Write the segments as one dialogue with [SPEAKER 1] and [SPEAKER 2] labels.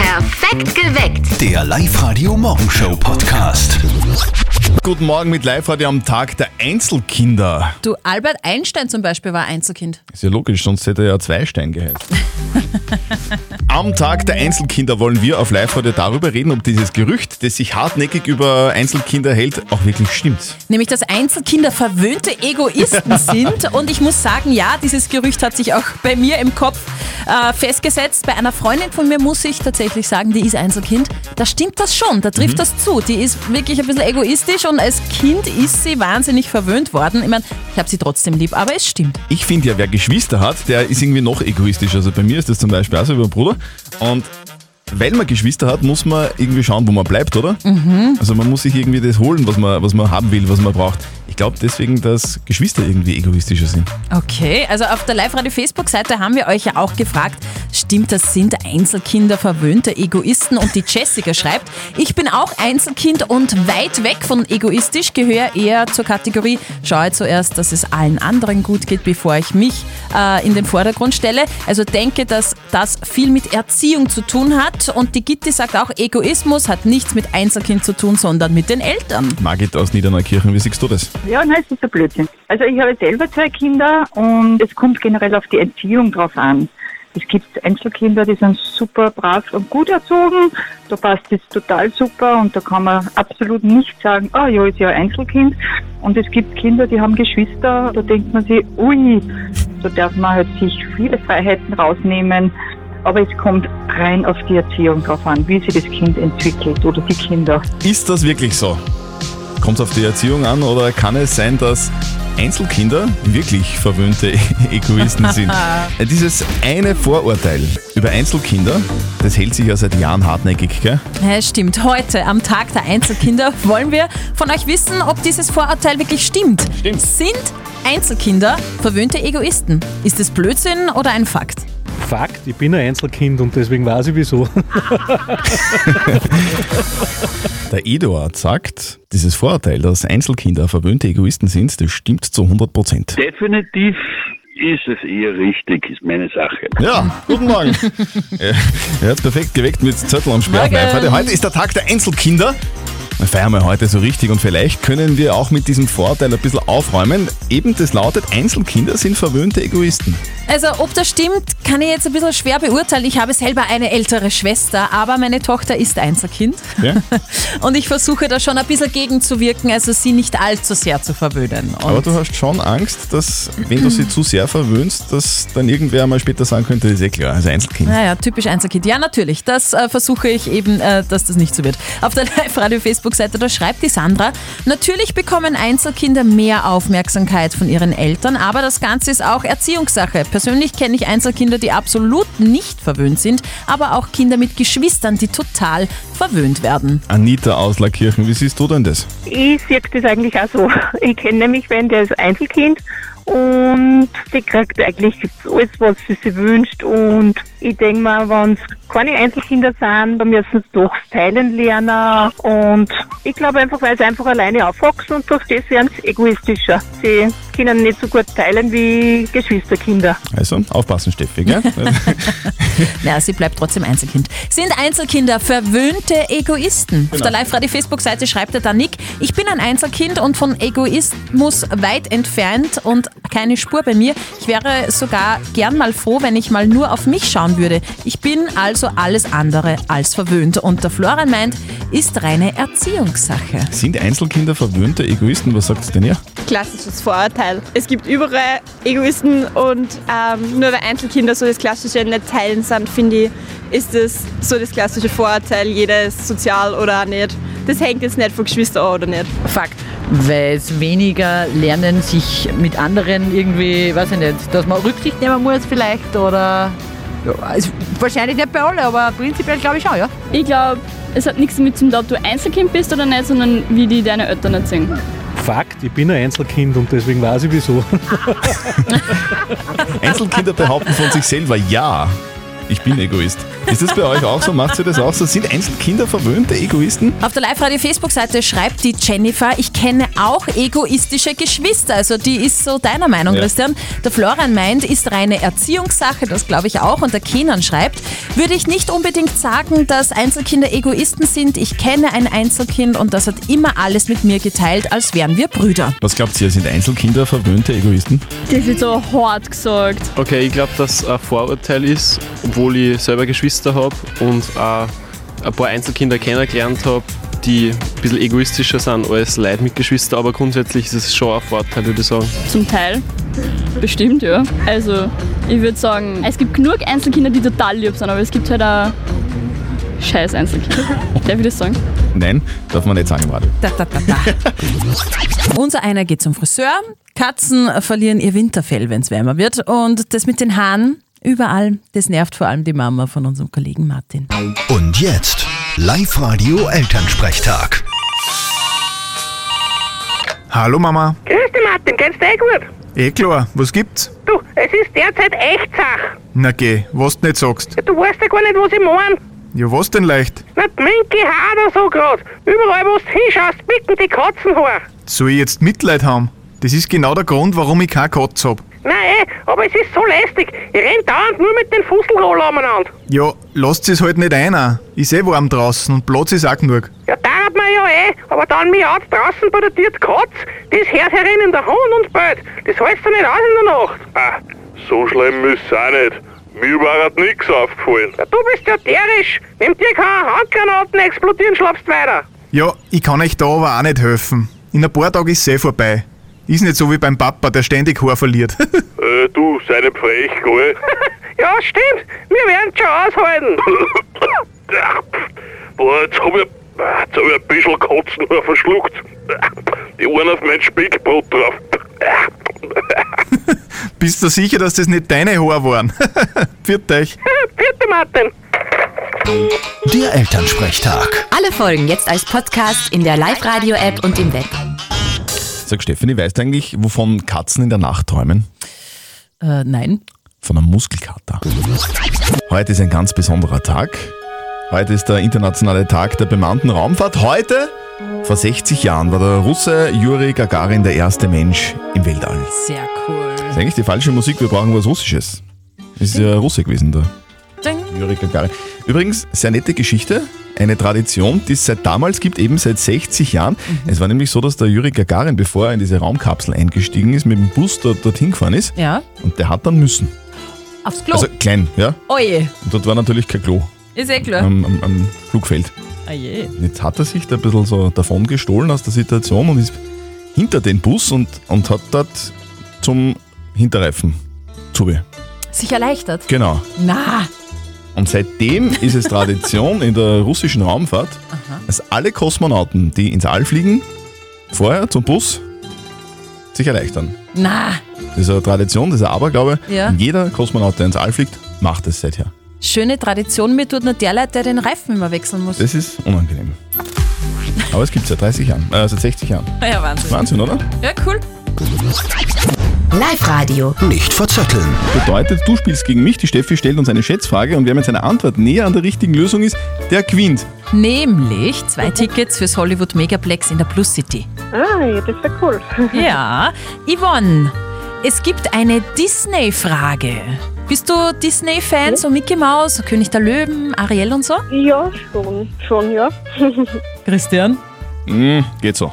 [SPEAKER 1] Perfekt geweckt.
[SPEAKER 2] Der Live-Radio Morgenshow Podcast.
[SPEAKER 3] Guten Morgen mit Live-Radio am Tag der Einzelkinder.
[SPEAKER 4] Du, Albert Einstein zum Beispiel war Einzelkind.
[SPEAKER 3] Ist ja logisch, sonst hätte er ja zwei Stein geheißen. am Tag der Einzelkinder wollen wir auf Live-Radio darüber reden, ob dieses Gerücht, das sich hartnäckig über Einzelkinder hält, auch wirklich stimmt.
[SPEAKER 4] Nämlich, dass Einzelkinder verwöhnte Egoisten sind. Und ich muss sagen, ja, dieses Gerücht hat sich auch bei mir im Kopf äh, festgesetzt. Bei einer Freundin von mir muss ich tatsächlich sagen, die ist Einzelkind. Da stimmt das schon, da trifft das zu. Die ist wirklich ein bisschen egoistisch und als Kind ist sie wahnsinnig verwöhnt worden. Ich meine, ich habe sie trotzdem lieb, aber es stimmt.
[SPEAKER 3] Ich finde ja, wer Geschwister hat, der ist irgendwie noch egoistisch. Also bei mir ist das zum Beispiel auch so über den Bruder. Und weil man Geschwister hat, muss man irgendwie schauen, wo man bleibt, oder? Also man muss sich irgendwie das holen, was man, was man haben will, was man braucht. Ich glaube deswegen, dass Geschwister irgendwie egoistischer sind.
[SPEAKER 4] Okay, also auf der Live-Radio-Facebook-Seite haben wir euch ja auch gefragt, stimmt das, sind Einzelkinder verwöhnte Egoisten? Und die Jessica schreibt, ich bin auch Einzelkind und weit weg von egoistisch, gehöre eher zur Kategorie, schaue zuerst, dass es allen anderen gut geht, bevor ich mich äh, in den Vordergrund stelle. Also denke, dass das viel mit Erziehung zu tun hat. Und die Gitti sagt auch, Egoismus hat nichts mit Einzelkind zu tun, sondern mit den Eltern.
[SPEAKER 3] Margit aus Niederneukirchen, wie siehst du das?
[SPEAKER 5] Ja, nein, es ist ein Blödsinn. Also ich habe selber zwei Kinder und es kommt generell auf die Erziehung drauf an. Es gibt Einzelkinder, die sind super brav und gut erzogen. Da passt es total super und da kann man absolut nicht sagen, ah ja, ist ja ein Einzelkind. Und es gibt Kinder, die haben Geschwister, da denkt man sich, ui, da darf man halt sich viele Freiheiten rausnehmen. Aber es kommt rein auf die Erziehung drauf an, wie sich das Kind entwickelt oder die Kinder.
[SPEAKER 3] Ist das wirklich so? Kommt es auf die Erziehung an oder kann es sein, dass Einzelkinder wirklich verwöhnte Egoisten sind? Äh, Dieses eine Vorurteil über Einzelkinder, das hält sich ja seit Jahren hartnäckig, gell?
[SPEAKER 4] Ja, stimmt. Heute, am Tag der Einzelkinder, wollen wir von euch wissen, ob dieses Vorurteil wirklich stimmt.
[SPEAKER 3] Stimmt.
[SPEAKER 4] Sind Einzelkinder verwöhnte Egoisten? Ist es Blödsinn oder ein Fakt?
[SPEAKER 6] Fakt, ich bin ein Einzelkind und deswegen weiß ich wieso.
[SPEAKER 3] Der Eduard sagt, dieses Vorurteil, dass Einzelkinder verwöhnte Egoisten sind, das stimmt zu 100 Prozent.
[SPEAKER 7] Definitiv ist es eher richtig, ist meine Sache.
[SPEAKER 3] Ja, guten Morgen. er er hat's perfekt geweckt mit Zettel am Sperr.
[SPEAKER 4] Morgen.
[SPEAKER 3] Heute, heute ist der Tag der Einzelkinder. Dann feiern wir heute so richtig und vielleicht können wir auch mit diesem Vorteil ein bisschen aufräumen. Eben das lautet, Einzelkinder sind verwöhnte Egoisten.
[SPEAKER 4] Also, ob das stimmt, kann ich jetzt ein bisschen schwer beurteilen. Ich habe selber eine ältere Schwester, aber meine Tochter ist Einzelkind.
[SPEAKER 3] Ja?
[SPEAKER 4] Und ich versuche da schon ein bisschen gegenzuwirken, also sie nicht allzu sehr zu verwöhnen. Und
[SPEAKER 3] Aber du hast schon Angst, dass wenn du sie zu sehr verwöhnst, dass dann irgendwer mal später sagen könnte, das ist eh klar, also Einzelkind.
[SPEAKER 4] Naja, typisch Einzelkind. Ja, natürlich. Das äh, versuche ich eben, äh, dass das nicht so wird. Auf der Live-Radio-Facebook-Seite, da schreibt die Sandra, natürlich bekommen Einzelkinder mehr Aufmerksamkeit von ihren Eltern, aber das Ganze ist auch Erziehungssache. Persönlich kenne ich Einzelkinder, die absolut nicht verwöhnt sind, aber auch Kinder mit Geschwistern, die total verwöhnt werden.
[SPEAKER 3] Anita aus Lackirchen, wie siehst du denn das?
[SPEAKER 5] Ich sehe das eigentlich auch so. Ich kenne nämlich wen, der ist Einzelkind und die kriegt eigentlich alles, was sie sich wünscht. Und ich denke mal, wenn es keine Einzelkinder sind, dann müssen sie doch teilen lernen. Und ich glaube einfach, weil sie einfach alleine aufwachsen und durch das werden sie egoistischer. Sie können nicht so gut teilen wie Geschwisterkinder.
[SPEAKER 3] Also aufpassen, Steffi, gell?
[SPEAKER 4] Ja, sie bleibt trotzdem Einzelkind. Sind Einzelkinder verwöhnte Egoisten? Auf der Live-Radio-Facebook-Seite schreibt der Danik, ich bin ein Einzelkind und von Egoismus weit entfernt und keine Spur bei mir. Ich wäre sogar gern mal froh, wenn ich mal nur auf mich schauen würde. Ich bin also alles andere als verwöhnt. Und der Florian meint, ist reine Erziehungssache.
[SPEAKER 3] Sind Einzelkinder verwöhnte Egoisten? Was sagt denn ihr?
[SPEAKER 8] klassisches Vorurteil. Es gibt überall Egoisten und ähm, nur weil Einzelkinder so das klassische nicht teilen sind, finde ich, ist das so das klassische Vorurteil, jeder ist sozial oder auch nicht. Das hängt jetzt nicht von Geschwistern an oder nicht.
[SPEAKER 9] Fakt. Weil es weniger lernen, sich mit anderen irgendwie, weiß ich nicht, dass man Rücksicht nehmen muss vielleicht oder. Ja, also wahrscheinlich nicht bei allen, aber prinzipiell glaube ich schon, ja.
[SPEAKER 10] Ich glaube, es hat nichts damit zu tun, ob du Einzelkind bist oder nicht, sondern wie die deine Eltern erziehen.
[SPEAKER 6] Fakt, ich bin ein Einzelkind und deswegen weiß ich wieso.
[SPEAKER 3] Einzelkinder behaupten von sich selber, ja, ich bin Egoist. Ist das bei euch auch so? Macht ihr das auch so? Sind Einzelkinder verwöhnte Egoisten?
[SPEAKER 4] Auf der Live-Radio-Facebook-Seite schreibt die Jennifer, ich kenne kenne auch egoistische Geschwister. Also die ist so deiner Meinung,
[SPEAKER 3] Ja.
[SPEAKER 4] Christian. Der Florian meint, ist reine Erziehungssache, das glaube ich auch. Und der Kenan schreibt, würde ich nicht unbedingt sagen, dass Einzelkinder Egoisten sind. Ich kenne ein Einzelkind und das hat immer alles mit mir geteilt, als wären wir Brüder.
[SPEAKER 3] Was glaubt ihr, sind Einzelkinder verwöhnte Egoisten?
[SPEAKER 10] Das ist so hart gesagt.
[SPEAKER 11] Okay, ich glaube, dass ein Vorurteil ist, obwohl ich selber Geschwister habe und auch ein paar Einzelkinder kennengelernt habe, die ein bisschen egoistischer sind als Leute mit Geschwistern, aber grundsätzlich ist es schon ein Vorteil, würde ich sagen.
[SPEAKER 10] Zum Teil. Bestimmt, ja. Also, ich würde sagen, es gibt genug Einzelkinder, die total lieb sind, aber es gibt halt auch scheiß Einzelkinder. Darf ich das sagen?
[SPEAKER 3] Nein, darf man nicht sagen im Radio.
[SPEAKER 4] Da, da, da, da. Unser einer geht zum Friseur. Katzen verlieren ihr Winterfell, wenn es wärmer wird. Und das mit den Haaren überall, das nervt vor allem die Mama von unserem Kollegen Martin.
[SPEAKER 2] Und jetzt Live-Radio Elternsprechtag.
[SPEAKER 12] Hallo Mama.
[SPEAKER 5] Grüß dich, Martin, geht's dir eh gut?
[SPEAKER 12] Eh klar, was gibt's?
[SPEAKER 5] Du, es ist derzeit echt Sache.
[SPEAKER 12] Na geh, was du nicht sagst.
[SPEAKER 5] Ja, Du weißt ja gar nicht, was ich meine.
[SPEAKER 12] Ja, was denn leicht?
[SPEAKER 5] Na, die Minke hader so grad. Überall, wo du hinschaust, bicken die Katzenhaar.
[SPEAKER 12] Soll ich jetzt Mitleid haben? Das ist genau der Grund, warum ich keine Katze hab.
[SPEAKER 5] Nein, eh, aber es ist so lästig. Ich renn dauernd nur mit den Fusselrollen umeinander.
[SPEAKER 12] Ja, lasst es halt nicht ein. auch. Ist eh warm draußen und Platz ist auch genug.
[SPEAKER 5] Ja, da hat man ja eh, aber dann miaut draußen bei der Tür die Katz. Das hört herinnen der Hund und bellt. Das heißt doch nicht aus in der Nacht.
[SPEAKER 13] Ah, so schlimm ist es auch nicht. Mir war grad nix aufgefallen.
[SPEAKER 5] Du bist ja derisch. Nimm dir keine Handgranaten, explodieren, schlappst weiter.
[SPEAKER 12] Ja, ich kann euch da aber auch nicht helfen. In ein paar Tagen ist eh vorbei. Ist nicht so wie beim Papa, der ständig Haar verliert.
[SPEAKER 13] Äh, du, sei nicht frech, gell?
[SPEAKER 5] Ja, stimmt. Wir werden's schon aushalten.
[SPEAKER 13] Boah, jetzt hab ich, ah, jetzt hab ich ein bisschen Kotzen noch verschluckt. Ah, Die waren auf mein Speckbrot drauf.
[SPEAKER 12] Bist du sicher, dass das nicht deine Haare waren? Pfiat euch.
[SPEAKER 5] Vierte Martin.
[SPEAKER 2] Der Elternsprechtag.
[SPEAKER 14] Alle Folgen jetzt als Podcast in der Live-Radio-App und im Web.
[SPEAKER 3] Sag Stefanie, weißt du eigentlich, wovon Katzen in der Nacht träumen?
[SPEAKER 4] Äh, nein.
[SPEAKER 3] Von einem Muskelkater. Heute ist ein ganz besonderer Tag. Heute ist der internationale Tag der bemannten Raumfahrt. Heute, vor 60 Jahren, war der Russe Juri Gagarin der erste Mensch im Weltall.
[SPEAKER 4] Sehr cool.
[SPEAKER 3] Das ist eigentlich die falsche Musik, wir brauchen was Russisches. Das ist ja Russe gewesen, der
[SPEAKER 4] Ding.
[SPEAKER 3] Juri Gagarin. Übrigens, sehr nette Geschichte, eine Tradition, die es seit damals gibt, eben seit 60 Jahren. Es war nämlich so, dass der Juri Gagarin, bevor er in diese Raumkapsel eingestiegen ist, mit dem Bus dort, dorthin gefahren ist.
[SPEAKER 4] Ja.
[SPEAKER 3] Und der hat dann müssen.
[SPEAKER 4] Aufs Klo.
[SPEAKER 3] Also klein, ja.
[SPEAKER 4] Oje,
[SPEAKER 3] Und dort war natürlich kein Klo
[SPEAKER 4] ist eh klar. Ah,
[SPEAKER 3] am, am, am Flugfeld.
[SPEAKER 4] Oje.
[SPEAKER 3] Jetzt hat er sich da ein bisschen so davon gestohlen aus der Situation und ist hinter den Bus und, und hat dort zum Hinterreifen zuge.
[SPEAKER 4] Sich erleichtert.
[SPEAKER 3] Genau.
[SPEAKER 4] Na,
[SPEAKER 3] Und seitdem ist es Tradition in der russischen Raumfahrt, dass alle Kosmonauten, die ins All fliegen, vorher zum Bus sich erleichtern.
[SPEAKER 4] na.
[SPEAKER 3] Das ist eine Tradition, das ist ein Aberglaube.
[SPEAKER 4] Ja.
[SPEAKER 3] Jeder Kosmonaut, der ins All fliegt, macht es seither.
[SPEAKER 4] Schöne Tradition, mir tut nur der Leid, der den Reifen immer wechseln muss.
[SPEAKER 3] Das ist unangenehm. Aber es gibt seit 30 Jahren, äh, seit 60 Jahren.
[SPEAKER 4] Ja, Wahnsinn.
[SPEAKER 3] Wahnsinn, oder?
[SPEAKER 4] Ja, cool.
[SPEAKER 14] Live-Radio.
[SPEAKER 2] Nicht verzetteln.
[SPEAKER 3] Bedeutet, du spielst gegen mich, die Steffi stellt uns eine Schätzfrage und wer mit seiner Antwort näher an der richtigen Lösung ist, der gewinnt.
[SPEAKER 4] Nämlich zwei Tickets fürs Hollywood Megaplex in der Plus City.
[SPEAKER 15] Ah, ja, das wäre cool.
[SPEAKER 4] Ja, Yvonne, es gibt eine Disney-Frage. Bist du Disney-Fan? So Mickey Mouse, so König der Löwen, Ariel und so?
[SPEAKER 15] Ja, schon, schon, ja.
[SPEAKER 4] Christian?
[SPEAKER 3] Hm, geht so.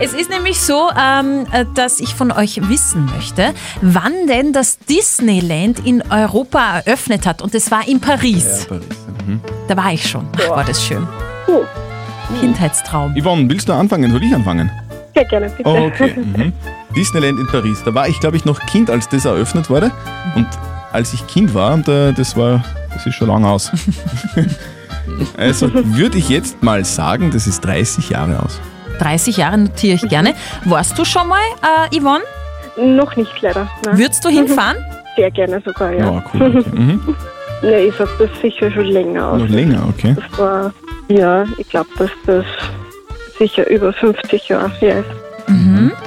[SPEAKER 4] Es ist nämlich so, ähm, äh, dass ich von euch wissen möchte, wann denn das Disneyland in Europa eröffnet hat. Und es war in Paris. Da war ich schon. Ach, war das schön. Kindheitstraum.
[SPEAKER 3] Yvonne, willst du anfangen? Soll ich anfangen?
[SPEAKER 15] Sehr gerne, bitte.
[SPEAKER 3] Oh, okay. Mhm. Disneyland in Paris. Da war ich, glaube ich, noch Kind, als das eröffnet wurde. Und als ich Kind war, und, äh, das war, das ist schon lange aus. also würde ich jetzt mal sagen, das ist 30 Jahre aus.
[SPEAKER 4] 30 Jahre notiere ich gerne. Warst du schon mal, äh, Yvonne?
[SPEAKER 15] Noch nicht leider. Nein.
[SPEAKER 4] Würdest du hinfahren?
[SPEAKER 15] Sehr gerne sogar, Ah, ja.
[SPEAKER 3] Ja, cool. Okay. Mhm.
[SPEAKER 15] Ja, ich sag das sicher schon länger aus.
[SPEAKER 3] Noch länger, okay.
[SPEAKER 15] Das war, ja, ich glaube, dass das sicher über 50 Jahre her ist.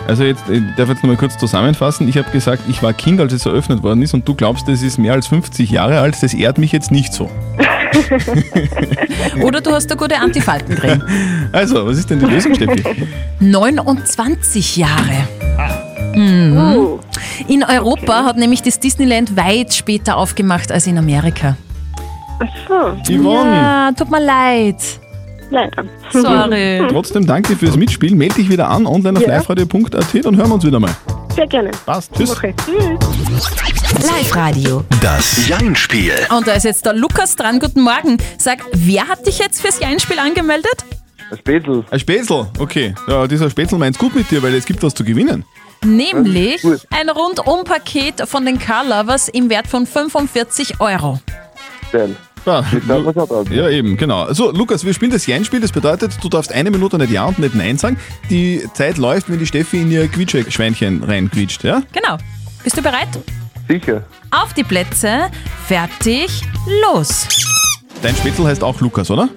[SPEAKER 3] Also jetzt, ich darf jetzt nochmal kurz zusammenfassen. Ich habe gesagt, ich war Kind, als es eröffnet worden ist und du glaubst, das ist mehr als 50 Jahre alt. Das ehrt mich jetzt nicht so.
[SPEAKER 15] Mhm.
[SPEAKER 4] Oder du hast eine gute Antifaltencreme.
[SPEAKER 3] Also, was ist denn die Lösung, Steffi?
[SPEAKER 4] 29 Jahre. Mhm.
[SPEAKER 15] Oh.
[SPEAKER 4] In Europa hat nämlich das Disneyland weit später aufgemacht als in Amerika.
[SPEAKER 15] Hm.
[SPEAKER 3] Yvonne.
[SPEAKER 4] Ja, tut mir leid.
[SPEAKER 8] Leider.
[SPEAKER 4] Sorry.
[SPEAKER 3] Trotzdem danke fürs Mitspielen. Meld dich wieder an online auf
[SPEAKER 8] Ja.
[SPEAKER 3] liveradio.at, dann hören wir uns wieder mal.
[SPEAKER 8] Sehr gerne.
[SPEAKER 3] Passt. Tschüss.
[SPEAKER 4] Live Radio.
[SPEAKER 2] Das Jein-Spiel.
[SPEAKER 4] Und da ist jetzt der Lukas dran. Guten Morgen. Sag, wer hat dich jetzt fürs Jeinspiel angemeldet?
[SPEAKER 3] Ein Spätzl. Ein Spätzl, okay. Ja, dieser Spätzl meint's gut mit dir, weil es gibt was zu gewinnen.
[SPEAKER 4] Nämlich ein Rundum-Paket von den Car Lovers im Wert von 45 Euro.
[SPEAKER 3] Ja, ja, eben, genau. So, Lukas, wir spielen das Jein-Spiel. Das bedeutet, du darfst eine Minute nicht Ja und nicht Nein sagen. Die Zeit läuft, wenn die Steffi in ihr Quietscheschweinchen reinquietscht, ja?
[SPEAKER 4] Genau. Bist du bereit?
[SPEAKER 3] Sicher.
[SPEAKER 4] Auf die Plätze. Fertig. Los.
[SPEAKER 3] Dein Spätzl heißt auch Lukas, oder?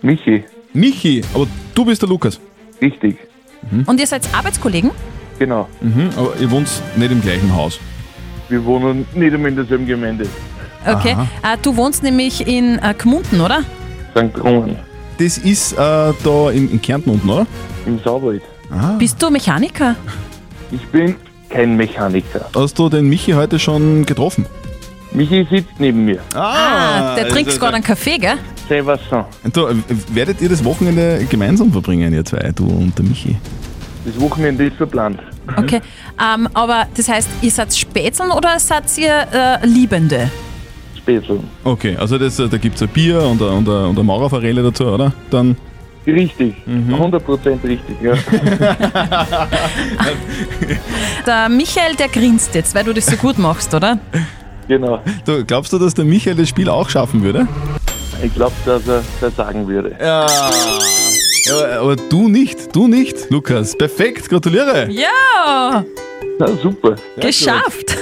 [SPEAKER 3] Michi. Michi, aber du bist der Lukas. Richtig. Hm?
[SPEAKER 4] Und ihr seid Arbeitskollegen?
[SPEAKER 3] Genau. Mhm, aber ihr wohnt nicht im gleichen Haus.
[SPEAKER 16] Wir wohnen nicht einmal in derselben Gemeinde.
[SPEAKER 4] Okay. Äh, du wohnst nämlich in äh, Gmunden, oder?
[SPEAKER 3] St. Grungen. Das ist äh, da in, in Kärnten unten, oder? Im Sauberwald. Ah.
[SPEAKER 4] Bist du Mechaniker?
[SPEAKER 3] Ich bin kein Mechaniker. Hast du den Michi heute schon getroffen? Michi sitzt neben mir.
[SPEAKER 4] Ah, der
[SPEAKER 3] also
[SPEAKER 4] trinkt gerade einen Kaffee, gell?
[SPEAKER 3] Selber so. Du, äh, werdet ihr das Wochenende gemeinsam verbringen, ihr zwei, du und der Michi? Das Wochenende ist verplant.
[SPEAKER 4] Okay. Ähm, aber das heißt, ihr seid Spätzeln oder seid ihr äh, Liebende?
[SPEAKER 3] Spätzl. Okay, also das, äh, da gibt es ein Bier und eine, und eine, und eine Maurerforelle dazu, oder? Dann. Richtig, 100% richtig, ja.
[SPEAKER 4] Der Michael, der grinst jetzt, weil du das so gut machst, oder?
[SPEAKER 3] genau. Du, glaubst du, dass der Michael das Spiel auch schaffen würde?
[SPEAKER 16] Ich glaube, dass er versagen würde.
[SPEAKER 3] Ja. Aber, aber du nicht, du nicht, Lukas. Perfekt, gratuliere.
[SPEAKER 4] Ja!
[SPEAKER 3] Na, super.
[SPEAKER 4] Geschafft!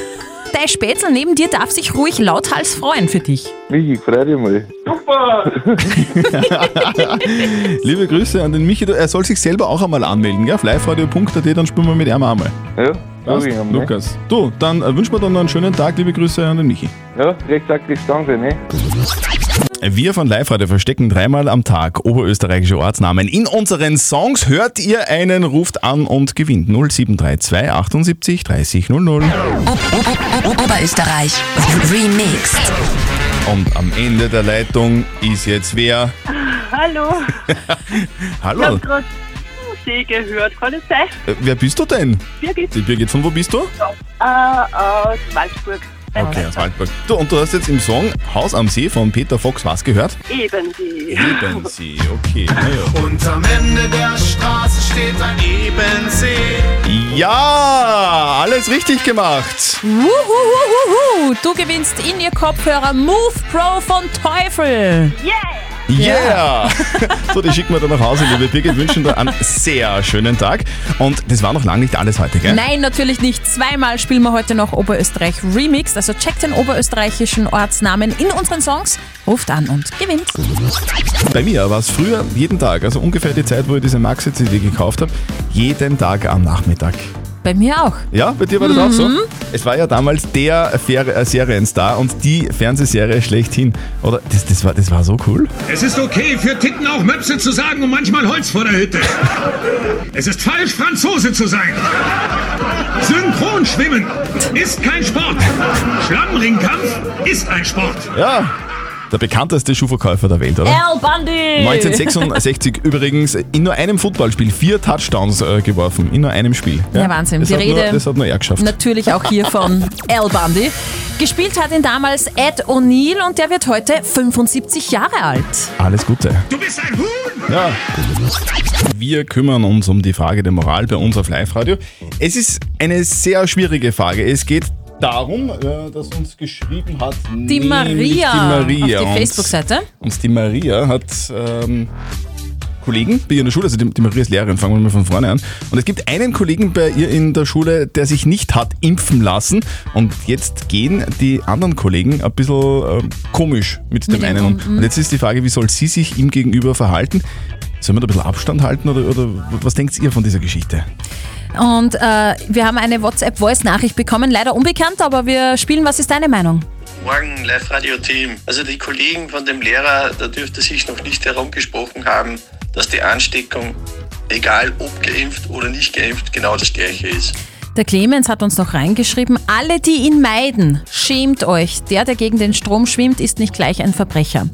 [SPEAKER 4] Dein Spätzl neben dir darf sich ruhig lauthals freuen für dich.
[SPEAKER 3] Michi, freu dich mal.
[SPEAKER 16] Super!
[SPEAKER 3] Liebe Grüße an den Michi. Du- Er soll sich selber auch einmal anmelden, gell? Flyfradio.at, dann spielen wir mit ihm einmal. Ja,
[SPEAKER 16] glaub ich einmal.
[SPEAKER 3] Lukas. Du, dann äh, wünschen wir dann noch einen schönen Tag. Liebe Grüße an den Michi.
[SPEAKER 16] Ja, recht sachlich danke, ne?
[SPEAKER 3] Wir von Live Radio verstecken dreimal am Tag oberösterreichische Ortsnamen in unseren Songs. Hört ihr einen, ruft an und gewinnt 0732 78 30 00.
[SPEAKER 17] Oberösterreich. Remixed.
[SPEAKER 3] Und am Ende der Leitung ist jetzt wer?
[SPEAKER 18] Hallo. Ich
[SPEAKER 3] Hallo,
[SPEAKER 18] habe gerade Musik gehört. Kann es sein?
[SPEAKER 3] äh, wer bist du denn?
[SPEAKER 18] Birgit.
[SPEAKER 3] Die Birgit, von wo bist du?
[SPEAKER 18] Äh, aus Waldsburg.
[SPEAKER 3] Okay, aus Waldberg. Du, und du hast jetzt im Song Haus am See von Peter Fox was gehört?
[SPEAKER 18] Eben die.
[SPEAKER 3] Ebensee, okay.
[SPEAKER 19] Und am Ende der Straße steht ein Ebensee.
[SPEAKER 3] Ja, ja alles richtig gemacht.
[SPEAKER 4] Wuhuhuhuhu. Du gewinnst in ihr Kopfhörer Move Pro von Teufel.
[SPEAKER 3] Yeah! so, die schicken wir dann nach Hause, liebe Birgit. Wünschen dir einen sehr schönen Tag. Und das war noch lange nicht alles heute, gell?
[SPEAKER 4] Nein, natürlich nicht. Zweimal spielen wir heute noch Oberösterreich Remixed. Also checkt den oberösterreichischen Ortsnamen in unseren Songs, ruft an und gewinnt.
[SPEAKER 3] Bei mir war es früher jeden Tag, also ungefähr die Zeit, wo ich diese Maxi-CD gekauft habe, jeden Tag am Nachmittag.
[SPEAKER 4] Bei mir auch.
[SPEAKER 3] Ja, bei dir war das auch so?
[SPEAKER 4] Mhm.
[SPEAKER 3] Es war ja damals der Fer äh, Serienstar und die Fernsehserie schlechthin. Oder? Das, das, war, das war so cool.
[SPEAKER 20] Es ist okay, für Titten auch Möpse zu sagen und manchmal Holz vor der Hütte. Es ist falsch, Franzose zu sein. Synchronschwimmen ist kein Sport. Schlammringkampf ist ein Sport.
[SPEAKER 3] Ja, der bekannteste Schuhverkäufer der Welt, oder?
[SPEAKER 4] L. Bundy!
[SPEAKER 3] 1966 übrigens in nur einem Footballspiel vier Touchdowns äh, geworfen. In nur einem Spiel.
[SPEAKER 4] Ja, Wahnsinn.
[SPEAKER 3] Das,
[SPEAKER 4] Die
[SPEAKER 3] hat
[SPEAKER 4] Rede-
[SPEAKER 3] Nur, das hat nur er geschafft.
[SPEAKER 4] Natürlich auch hier von Al Bundy. Gespielt hat ihn damals Ed O'Neill und der wird heute 75 Jahre alt.
[SPEAKER 3] Alles Gute.
[SPEAKER 20] Du bist ein Huhn!
[SPEAKER 3] Ja. Wir kümmern uns um die Frage der Moral bei uns auf Live-Radio. Es ist eine sehr schwierige Frage. Es geht darum, äh, dass uns geschrieben hat
[SPEAKER 4] Die
[SPEAKER 3] nämlich
[SPEAKER 4] Maria,
[SPEAKER 3] die Maria
[SPEAKER 4] auf
[SPEAKER 3] und-
[SPEAKER 4] die Facebook-Seite.
[SPEAKER 3] Und die Maria hat ähm, Kollegen bei ihr in der Schule, also die, die Maria ist Lehrerin, fangen wir mal von vorne an. Und es gibt einen Kollegen bei ihr in der Schule, der sich nicht hat impfen lassen. Und jetzt gehen die anderen Kollegen ein bisschen ähm, komisch mit dem einen um. Und jetzt ist die Frage, wie soll sie sich ihm gegenüber verhalten? Sollen wir da ein bisschen Abstand halten oder, oder was denkt ihr von dieser Geschichte?
[SPEAKER 4] Und äh, wir haben eine WhatsApp-Voice-Nachricht bekommen, leider unbekannt, aber wir spielen Was ist deine Meinung?
[SPEAKER 21] Morgen, Live-Radio-Team. Also die Kollegen von dem Lehrer, da dürfte sich noch nicht herumgesprochen haben, dass die Ansteckung, egal ob geimpft oder nicht geimpft, genau das gleiche ist.
[SPEAKER 4] Der Clemens hat uns noch reingeschrieben, alle, die ihn meiden, schämt euch. Der, der gegen den Strom schwimmt, ist nicht gleich ein Verbrecher.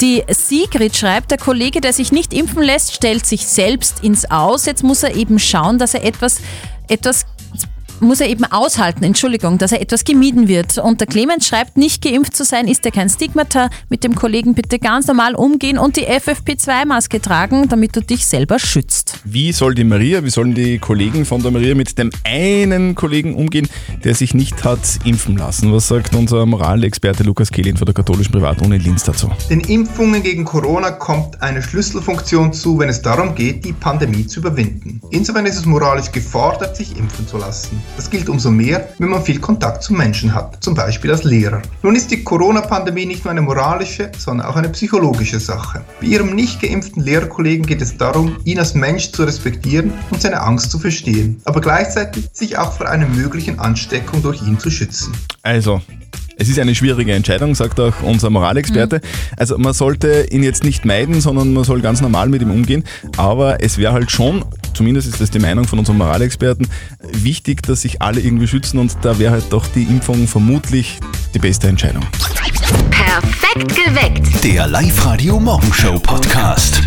[SPEAKER 4] Die Sigrid schreibt, der Kollege, der sich nicht impfen lässt, stellt sich selbst ins Aus. Jetzt muss er eben schauen, dass er etwas, etwas muss er eben aushalten, Entschuldigung, dass er etwas gemieden wird. Und der Clemens schreibt, nicht geimpft zu sein, ist er kein Stigmata. Mit dem Kollegen bitte ganz normal umgehen und die FFP2-Maske tragen, damit du dich selber schützt.
[SPEAKER 3] Wie soll die Maria, wie sollen die Kollegen von der Maria mit dem einen Kollegen umgehen, der sich nicht hat impfen lassen? Was sagt unser Moralexperte Lukas Kehlin von der katholischen Privatuni Linz dazu?
[SPEAKER 12] Den Impfungen gegen Corona kommt eine Schlüsselfunktion zu, wenn es darum geht, die Pandemie zu überwinden. Insofern ist es moralisch gefordert, sich impfen zu lassen. Das gilt umso mehr, wenn man viel Kontakt zu Menschen hat, zum Beispiel als Lehrer. Nun ist die Corona-Pandemie nicht nur eine moralische, sondern auch eine psychologische Sache. Bei ihrem nicht geimpften Lehrerkollegen geht es darum, ihn als Mensch zu respektieren und seine Angst zu verstehen, aber gleichzeitig sich auch vor einer möglichen Ansteckung durch ihn zu schützen.
[SPEAKER 3] Also, es ist eine schwierige Entscheidung, sagt auch unser Moralexperte. Also man sollte ihn jetzt nicht meiden, sondern man soll ganz normal mit ihm umgehen. Aber es wäre halt schon, zumindest ist das die Meinung von unserem Moralexperten, wichtig, dass sich alle irgendwie schützen und da wäre halt doch die Impfung vermutlich die beste Entscheidung.
[SPEAKER 17] Perfekt geweckt.
[SPEAKER 2] Der Live-Radio Morgenshow Podcast.